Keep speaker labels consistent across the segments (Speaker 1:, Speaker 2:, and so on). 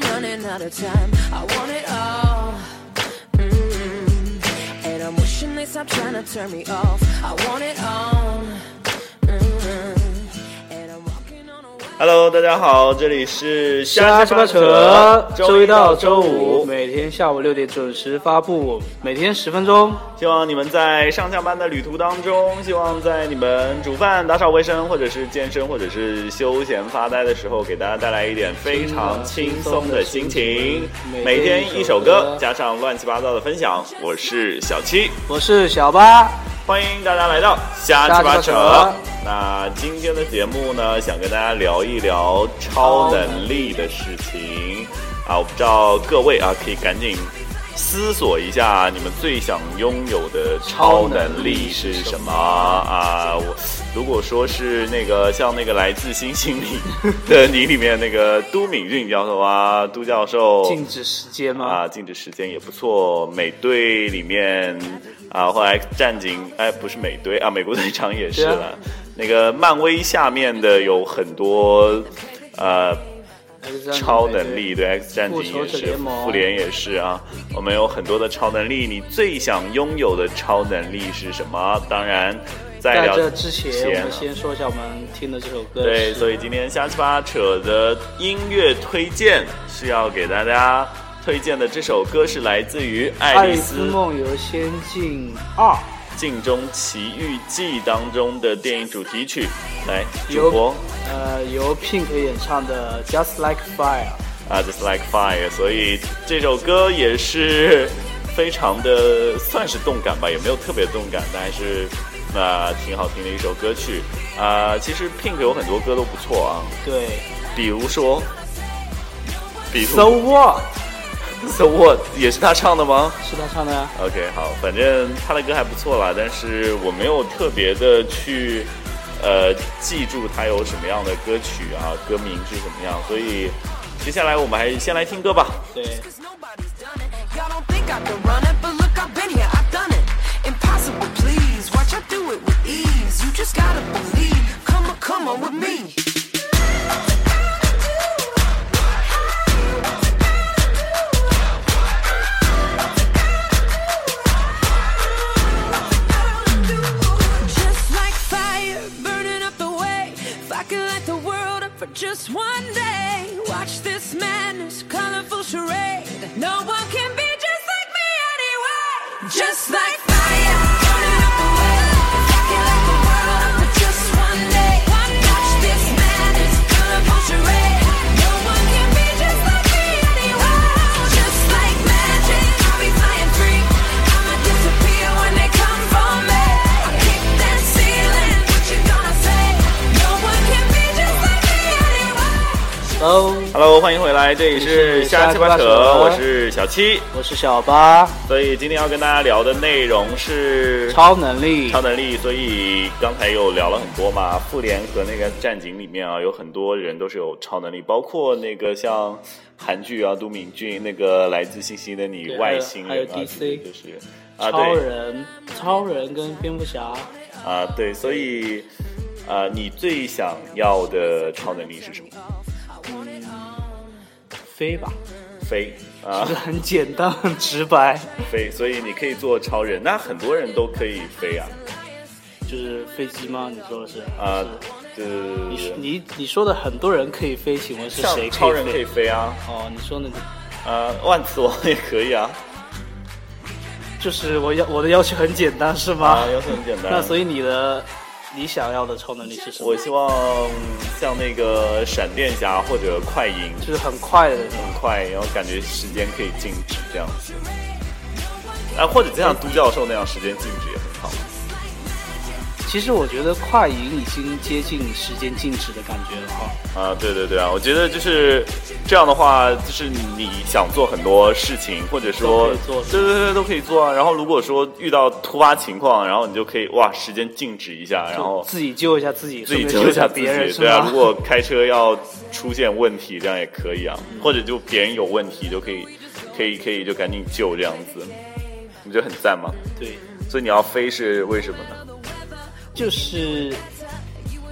Speaker 1: running out of time. I want it all. Mm-mm. And I'm wishing they stop trying to turn me off. I want it all. Mm-mm. And I'm walking on a wire.
Speaker 2: Hello，大家好，这里是
Speaker 3: 瞎
Speaker 2: 七
Speaker 3: 七
Speaker 2: 八
Speaker 3: 八扯，
Speaker 2: 周
Speaker 3: 周
Speaker 2: 一
Speaker 3: 一
Speaker 2: 到
Speaker 3: 到
Speaker 2: 周
Speaker 3: 周
Speaker 2: 五
Speaker 3: 五，每天下午六点准时发布，每天十分钟。
Speaker 2: 希望你们在上下班的旅途当中，希望在你们煮饭、打扫卫生，或者是健身，或者是休闲发呆的时候，给大家带来一点非常轻松的心情。每
Speaker 3: 每
Speaker 2: 天
Speaker 3: 天
Speaker 2: 一
Speaker 3: 一
Speaker 2: 首
Speaker 3: 首
Speaker 2: 歌
Speaker 3: 歌，
Speaker 2: 加上乱七八糟的分享，我是小七，
Speaker 3: 我是小八，
Speaker 2: 欢迎大家来到瞎七八扯
Speaker 3: 瞎七八扯。
Speaker 2: 那今天的节目呢，想跟大家聊一聊超能力的事情啊，我不知道各位啊，可以赶紧思索一下你们最想拥有的超能力是什么啊？我如果说是那个像那个来自星星里的 你里面那个都敏俊教授啊，都教授
Speaker 3: 静止时间吗？
Speaker 2: 啊，静止时间也不错。美队里面啊，后来战警哎，不是美队啊，美国队长也是
Speaker 3: 对啊
Speaker 2: 了。那个漫威下面的有很多呃超能力，对 X 战警也
Speaker 3: 复仇者
Speaker 2: 是
Speaker 3: 联，盟
Speaker 2: 复联也是啊。我们有很多的超能力，你最想拥有的超能力是什么？当然，在
Speaker 3: 在
Speaker 2: 聊
Speaker 3: 这之前，我
Speaker 2: 啊
Speaker 3: 们先说一下我们听的这首歌。
Speaker 2: 对，所
Speaker 3: 以
Speaker 2: 以今天瞎七八扯的音乐推荐是要给大家推荐的这首歌是来自于《
Speaker 3: 《爱
Speaker 2: 爱丽
Speaker 3: 丽
Speaker 2: 丝
Speaker 3: 丝梦游仙境二》
Speaker 2: 镜中奇遇记》当中的电影主题曲。来，主
Speaker 3: 由
Speaker 2: 播
Speaker 3: 呃由 Pink 演唱的《Just Like Fire》。
Speaker 2: 啊，Just Like Fire，所以这首歌也是非常的呃算是动感吧，也没有特别动感，但是那、挺好听的一首歌曲啊、其实 Pink 有很多歌都不错啊，
Speaker 3: 对
Speaker 2: 比如说，比如
Speaker 3: ，So What
Speaker 2: So What 也是他唱的吗
Speaker 3: 是他唱的啊。
Speaker 2: ？OK，好，反正他的歌还不错啦，但是我没有特别的去呃记住他有什么样的歌曲啊，歌名是什么样，所以接下来我们还是先来听歌吧。
Speaker 3: 对。
Speaker 1: Cause nobody's done it. Y'all don't think I can run it, but look, I've been here, I've done it. Impossible, please. Watch, I do it with ease. You just gotta believe. Come on, come on with me. Just like fire burning up the way. If I could light the world up for just one day, watch this madness, colorful charade. No one can be just like me anyway. Just like fire. burning up the way. If I could light the world up for just one day, watch this madness, colorful charade. No one can be just like me anyway. Just like magic, I'll be flying free. I'ma disappear when they come for me. I kick that ceiling. What you gonna say? No one can be just like me anyway.
Speaker 3: Hello，
Speaker 2: Hello，欢迎回来，这里是
Speaker 3: 是
Speaker 2: 瞎
Speaker 3: 瞎
Speaker 2: 七
Speaker 3: 七
Speaker 2: 八
Speaker 3: 八
Speaker 2: 扯
Speaker 3: 扯，
Speaker 2: 我是小七。
Speaker 3: 我是小八，
Speaker 2: 所以今天要跟大家聊的内容是
Speaker 3: 超能力
Speaker 2: 超。能力，所以刚才有聊了很多嘛，复联和那个战警里面啊，有很多人都是有超能力，包括那个像韩剧啊，都敏俊那个来自星星的你
Speaker 3: 对
Speaker 2: 外星人啊，
Speaker 3: 还有
Speaker 2: 其实
Speaker 3: DC
Speaker 2: 就是啊，
Speaker 3: 超
Speaker 2: 对
Speaker 3: 人，超人跟蝙蝠侠，
Speaker 2: 啊，对，所以啊，你最想要的超能力是什么？
Speaker 3: 飞吧，
Speaker 2: 飞啊
Speaker 3: 是，很简单很直白，
Speaker 2: 飞，所以你可以做超人，那很多人都可以飞啊
Speaker 3: 就是飞机吗？你说的是
Speaker 2: 啊，就
Speaker 3: 就是
Speaker 2: 是
Speaker 3: 你你你说的很多人可以飞，请问是
Speaker 2: 像
Speaker 3: 谁
Speaker 2: 超人可
Speaker 3: 可
Speaker 2: 以
Speaker 3: 以飞？
Speaker 2: 飞啊，
Speaker 3: 哦，你说那个
Speaker 2: 啊，万磁王也可以啊，
Speaker 3: 就是我要我的要求很简单是吗？
Speaker 2: 啊，要求很简单。
Speaker 3: 那所以你的你想要的超能力是什么
Speaker 2: 我？希望像那个闪电侠或者快银，
Speaker 3: 就是很快的那种。
Speaker 2: 很快，然后感觉时间可以静止这样子。啊，或者就像都教授那样，时间静止也很好。
Speaker 3: 其实我觉得快银已经接近时间静止的感觉了哈。
Speaker 2: 啊，对对对啊，我觉得就是这样的话，就是你想做很多事情，或者说
Speaker 3: 都可以做
Speaker 2: 对对对都可以做啊。然后如果说遇到突发情况，然后你就可以哇，时间静止一下，然后
Speaker 3: 自己救一下自己，
Speaker 2: 哦自己
Speaker 3: 顺便
Speaker 2: 救
Speaker 3: 救
Speaker 2: 一下自己
Speaker 3: 别人，，是
Speaker 2: 对啊
Speaker 3: 吗，
Speaker 2: 如果开车要出现问题，这样也可以啊，或者就别人有问题就可以，可以可以就赶紧救这样子，你觉得很赞吗？
Speaker 3: 对，
Speaker 2: 所以你要飞是为什么呢？
Speaker 3: 就是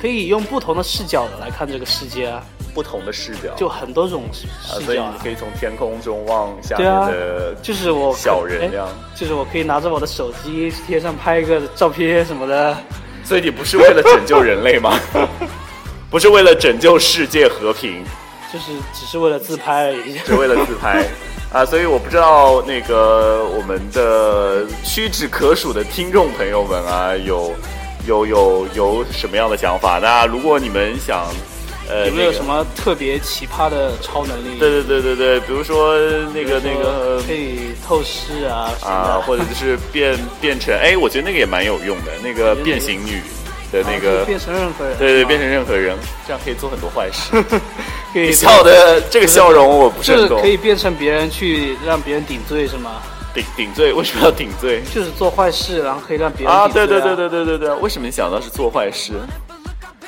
Speaker 3: 可以用不同的视角来看这个世界啊。
Speaker 2: 不同的视角，
Speaker 3: 就很多种
Speaker 2: 啊，
Speaker 3: 视
Speaker 2: 所以
Speaker 3: 角、
Speaker 2: 你
Speaker 3: 啊。
Speaker 2: 可以从天空中望下
Speaker 3: 对
Speaker 2: 面
Speaker 3: 啊
Speaker 2: 的，
Speaker 3: 就是我可
Speaker 2: 小人这样。
Speaker 3: 哎就是我可以拿着我的手机贴上拍一个照片什么的，
Speaker 2: 所以你不是为了拯救人类吗？ 不是为了拯救世界和平，
Speaker 3: 就是只是为了自拍而已。
Speaker 2: 只为了自拍啊！所以我不知道那个我们的屈指可数的听众朋友们啊，有有有有什么样的想法？那如果你们想，呃，
Speaker 3: 有没有什
Speaker 2: 么？
Speaker 3: 么特别奇葩的超能力？呃
Speaker 2: 对对对对对，比如说那个那个
Speaker 3: 可以透视啊什么的
Speaker 2: 啊，或者就是变变成，哎，我觉得那个也蛮有用的，那个
Speaker 3: 觉得那个
Speaker 2: 变形女的那
Speaker 3: 可
Speaker 2: 个
Speaker 3: 以，变成任何人，
Speaker 2: 对对，
Speaker 3: 是吧
Speaker 2: 变成任何人，这样可以做很多坏事。
Speaker 3: 可以
Speaker 2: 你 笑的这个笑容我不是
Speaker 3: 就
Speaker 2: 很
Speaker 3: 是
Speaker 2: 懂
Speaker 3: 可。以变成别人去让别人顶罪是吗？
Speaker 2: 顶顶罪为什么要顶罪？
Speaker 3: 就是做坏事，然后可以让别人
Speaker 2: 啊，
Speaker 3: 顶罪
Speaker 2: 对对对对对对对，为什么你想到是做坏事？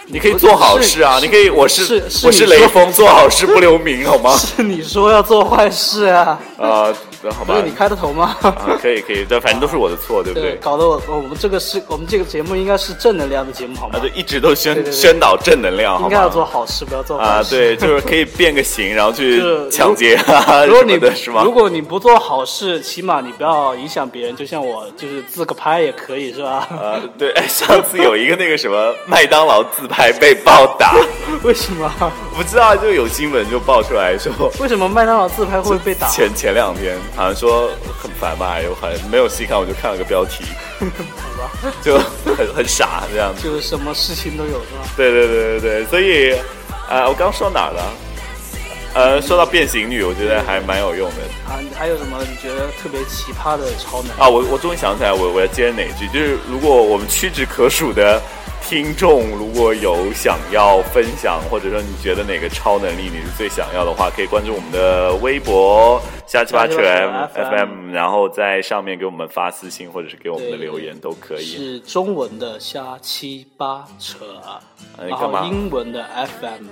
Speaker 2: 你可以做好事啊，
Speaker 3: 是
Speaker 2: 你可以，我是
Speaker 3: 是是
Speaker 2: 我是
Speaker 3: 你说
Speaker 2: 雷锋，做好事不留名，好 吗？
Speaker 3: 是你说要做坏事啊？
Speaker 2: 啊，那好
Speaker 3: 不
Speaker 2: 吧
Speaker 3: 是，你开的头吗？
Speaker 2: 啊，可以可以，但反正都是我的错，对不对？
Speaker 3: 搞得我我们这个是我们这个节目应该是正能量的节目好
Speaker 2: 啊，？
Speaker 3: 吗
Speaker 2: 对，一直都
Speaker 3: 对
Speaker 2: 宣
Speaker 3: 对对
Speaker 2: 宣导正能量，好
Speaker 3: 应该
Speaker 2: 吗？
Speaker 3: 要做好事，不要做坏
Speaker 2: 啊，
Speaker 3: 事。
Speaker 2: 对，就是可以变个形，然后去
Speaker 3: 就是如
Speaker 2: 抢劫啊
Speaker 3: 如果
Speaker 2: 什
Speaker 3: 你
Speaker 2: 么的，是吗？
Speaker 3: 如果你不做好事，起码你不要影响别人。就像我，就是自个拍也可以，是吧？
Speaker 2: 啊，对，哎，上次有一个那个什么麦当劳自拍被暴打，
Speaker 3: 为什么？
Speaker 2: 不知道就有新闻就爆出来说，
Speaker 3: 为什么麦当劳自拍会被打？
Speaker 2: 前前两天好像说很烦吧，有好像没有细看，我就看了个标题，就很很傻这样子。
Speaker 3: 就是什么事情都有，是吧？
Speaker 2: 对对对对对，所以呃，我刚说哪儿了？呃，说到变形女，我觉得还蛮有用的。
Speaker 3: 啊，你还有什么你觉得特别奇葩的超能力？
Speaker 2: 啊，我我终于想起来我我要接哪句，就是如果我们屈指可数的听众如果有想要分享，或者说你觉得哪个超能力你是最想要的话，可以关注我们的微博瞎七八
Speaker 3: 瞎七八
Speaker 2: 拳
Speaker 3: 拳
Speaker 2: FM，然后在上面给我们发私信或者是给我们的留言都可以。
Speaker 3: 是中文的瞎七八扯，啊
Speaker 2: 啊你
Speaker 3: 然
Speaker 2: 干嘛
Speaker 3: 后英文的 FM，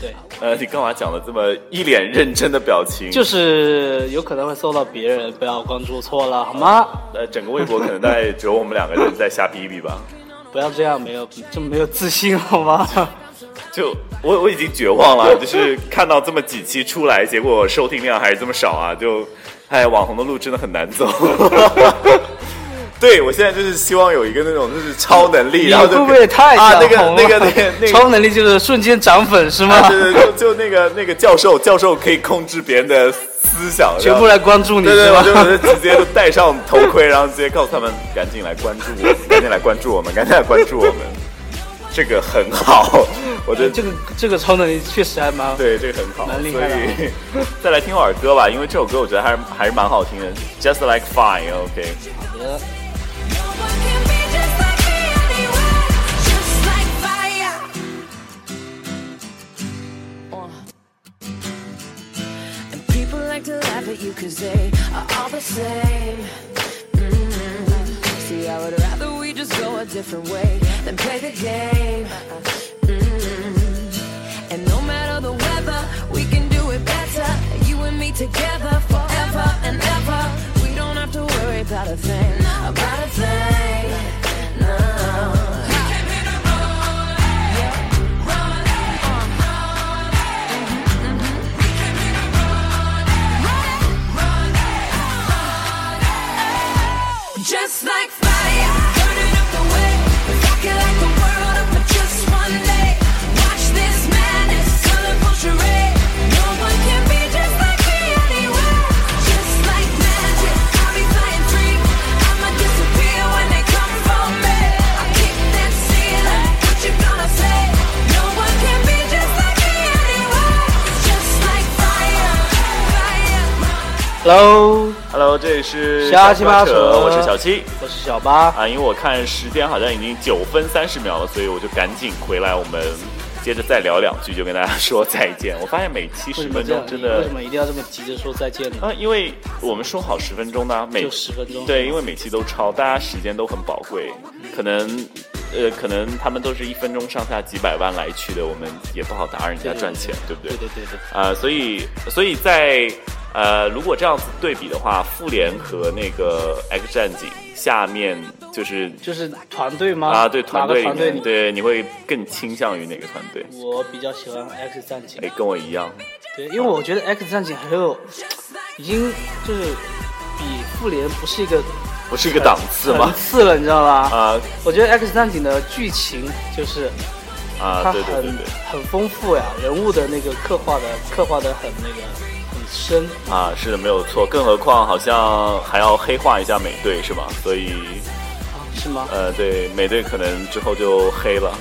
Speaker 3: 对，
Speaker 2: 呃，你干嘛讲的这么一脸认真的表情？
Speaker 3: 就是有可能会搜到别人，不要关注错了，好吗？
Speaker 2: 呃，整个微博可能大概只有我们两个人在瞎逼逼吧。
Speaker 3: 不要这样，没有这么没有自信，好吗？
Speaker 2: 就我我已经绝望了，就是看到这么几期出来，结果收听量还是这么少啊！就，哎，网红的路真的很难走。 对，我现在就是希望有一个那种就是超能力，
Speaker 3: 你
Speaker 2: 然后
Speaker 3: 会
Speaker 2: 就
Speaker 3: 不会太
Speaker 2: 啊
Speaker 3: 想
Speaker 2: 那个
Speaker 3: 红了
Speaker 2: 那个那个那
Speaker 3: 超
Speaker 2: 个。
Speaker 3: 能力就是瞬间涨粉是吗？
Speaker 2: 啊对对，就就那个那个教授，教授可以控制别人的思想，
Speaker 3: 全部
Speaker 2: 然后
Speaker 3: 来关注你
Speaker 2: 对对，
Speaker 3: 是
Speaker 2: 我
Speaker 3: 吧？
Speaker 2: 就我就直接就戴上头盔，然后直接告诉他们赶紧来关注我们，赶紧来关注我们，赶紧来关注我们，这个很好，我觉得
Speaker 3: 这个这个超能力确实还蛮
Speaker 2: 对，这个很好，
Speaker 3: 蛮厉
Speaker 2: 所
Speaker 3: 害的啊
Speaker 2: 以 再来听会儿歌吧，因为这首歌我觉得还是还是蛮好听的，Just Like Fine，OK、
Speaker 3: 好的。
Speaker 1: No one can be just like me anyway, just like fire. And people like to laugh at you 'cause they are all the same. Mm. See, I would rather we just go a different way than play the game. Mm. And no matter the weather, we can do it better. You and me together forever and ever. We don't have to worry about a thing, about a thing. No. Just like fire, burning up the way. Rocket like the world up for just one day. Watch this madness, colorful charade. No one can be just like me anywhere. Just like magic, I'll be flying free. I'ma disappear when they come for me. I kick that ceiling, what you gonna say? No one can be just like me anywhere. Just like fire, fire.
Speaker 3: Hello，
Speaker 2: Hello，这里是
Speaker 3: 瞎七八扯
Speaker 2: 扯，我是小七
Speaker 3: 我是小八，
Speaker 2: 啊，因为我看时间好像已经九分三十秒了，所以我就赶紧回来，我们接着再聊两句，就跟大家说再见。我发现每期
Speaker 3: 为
Speaker 2: 十
Speaker 3: 什么
Speaker 2: 分
Speaker 3: 这
Speaker 2: 钟
Speaker 3: 样？
Speaker 2: 真
Speaker 3: 为
Speaker 2: 的
Speaker 3: 什。么一定要这么急着说再见呢？
Speaker 2: 啊，因为我们说好十分钟的啊，每
Speaker 3: 就10分钟
Speaker 2: 对，因为每期都超，大家时间都很宝贵，可能，呃，可能他们都是一分钟上下几百万来去的，我们也不好打扰人家赚钱，对不
Speaker 3: 对对对对。
Speaker 2: 啊、所以所以在呃，如果这样子对比的话，复联和那个 X 战警下面就是
Speaker 3: 就是团队吗？
Speaker 2: 啊，对团队
Speaker 3: 哪
Speaker 2: 里
Speaker 3: 个团队
Speaker 2: 面，
Speaker 3: 你？
Speaker 2: 对你会更倾向于哪个团队？
Speaker 3: 我比较喜欢 X 战警
Speaker 2: 哎，，跟我一样，
Speaker 3: 对，因为我觉得 X 战警很有，已经就是比复联不是一个
Speaker 2: 不是一个档次吗
Speaker 3: 层？次了，你知道吧？
Speaker 2: 啊
Speaker 3: 我觉得 X 战警的剧情就是它
Speaker 2: 啊，
Speaker 3: 很、
Speaker 2: 对对对对。
Speaker 3: 很丰富呀，人物的那个刻画的刻画的很那个很深，
Speaker 2: 啊，是的，没有错。更何况好像还要黑化一下美队是吧？所以，
Speaker 3: 啊是吗？
Speaker 2: 呃，对，美队可能之后就黑了。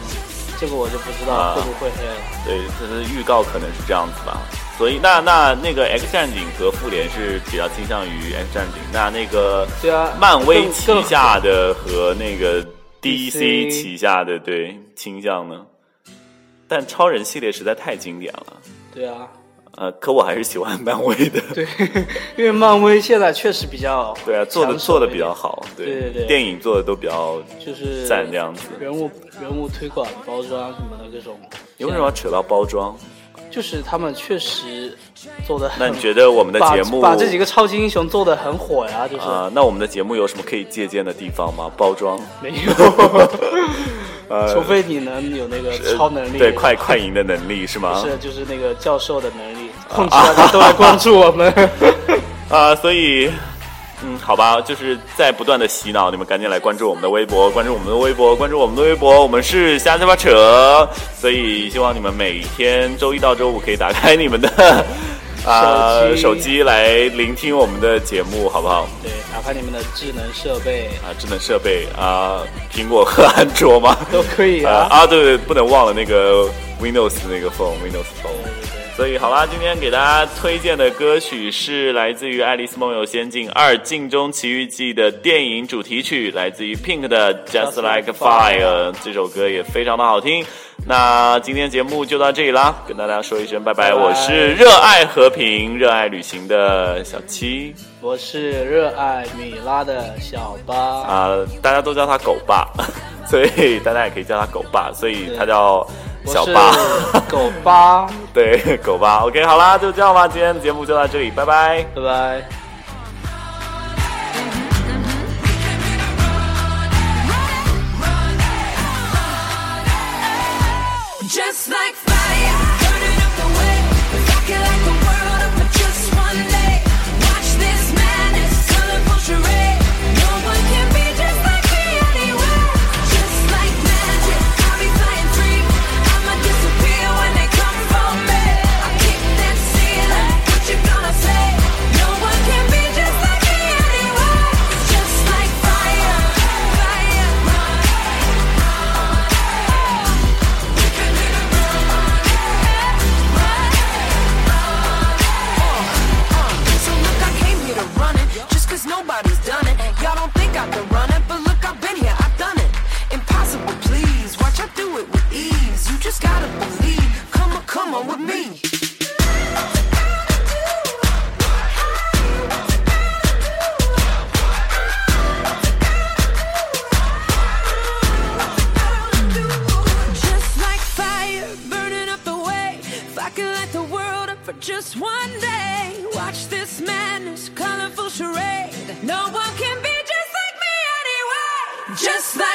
Speaker 3: 这个我就不知
Speaker 2: 啊
Speaker 3: 道会不会黑了。
Speaker 2: 对，这是预告可能是这样子吧。所以，那那那个 X 战警和复联是比较倾向于 X 战警，那那个
Speaker 3: 对啊
Speaker 2: 漫威
Speaker 3: 更
Speaker 2: 旗
Speaker 3: 更
Speaker 2: 下的和那个 DC
Speaker 3: DC
Speaker 2: 旗下的对倾向呢？但超人系列实在太经典了，
Speaker 3: 对啊，
Speaker 2: 呃，可我还是喜欢 漫威的。
Speaker 3: 对， 因为漫威现在确实比较
Speaker 2: 对啊，做的
Speaker 3: 抢手
Speaker 2: 做的
Speaker 3: 一
Speaker 2: 比
Speaker 3: 点
Speaker 2: 较好，
Speaker 3: 对对对
Speaker 2: 电影做的都比较
Speaker 3: 就是
Speaker 2: 赞这样子
Speaker 3: 人物人物推广、包装什么的各种。
Speaker 2: 你为什么要扯到包装？
Speaker 3: 就是他们确实做的。
Speaker 2: 那你觉得我们的
Speaker 3: 把
Speaker 2: 节目
Speaker 3: 把这几个超级英雄做的很火呀？就是、
Speaker 2: 啊、那我们的节目有什么可以借鉴的地方吗？包装，
Speaker 3: 没 有， 除非你能有那个超能力，
Speaker 2: 呃呃对快 快赢的能力是吗？
Speaker 3: 是就是那个教授的能力，控制大家都来关注 我们。
Speaker 2: 啊、所以，嗯，好吧，就是在不断的洗脑，你们赶紧来关注我们的微博，关注我们的微博，关注我们的微博，我们是瞎鸡巴扯，所以希望你们每天周一到周五可以打开你们的啊、
Speaker 3: 手机
Speaker 2: 手机来聆听我们的节目，好不好？
Speaker 3: 对，哪怕你们的智能设备
Speaker 2: 啊，智能设备啊，苹果和安卓吗？
Speaker 3: 都可以
Speaker 2: 啊
Speaker 3: 啊。
Speaker 2: 啊，对对，不能忘了那个 Windows 那个 phone，Windows
Speaker 3: 对
Speaker 2: phone。
Speaker 3: 对对，
Speaker 2: 所以好啦，今天给大家推荐的歌曲是来自于《爱丽丝梦游仙境二：镜中奇遇记》的电影主题曲，来自于 Pink 的《Just Like Fire》，这首歌也非常的好听。那今天节目就到这里啦，跟大家说一声拜拜。
Speaker 3: 拜拜
Speaker 2: 我是热爱和平、热爱旅行的小七
Speaker 3: 我是热爱米拉的小八，
Speaker 2: 啊、大家都叫他狗爸， 所以大家也可以叫他狗爸，所以他叫小
Speaker 3: 我是
Speaker 2: 八。
Speaker 3: 狗八，
Speaker 2: 对，狗吧。OK，好啦，就这样吧，今天的节目就到这里，拜拜。
Speaker 3: 拜拜。
Speaker 1: Just like fire, burning up the way. Rocket like the world up for just one day. Watch this madness, colorful charade. No one can be just like me anyway. Just like magic, I'll be flying free. I'ma disappear when they come for me. I kick that ceiling, what you gonna say? No one can be just like me anyway. Just like fire, fire, So look, I came here to run it, just cause nobody's done it. Y'all don't think I've been running, but look, I've been here, I've done it. Impossible, please. Watch, I do it with ease. You just gotta believe. Come on, come on with me. Just like fire burning up the way. If I could light the world up for just one day, watch this madness, colorful charade. No one can be just like me anyway. Just like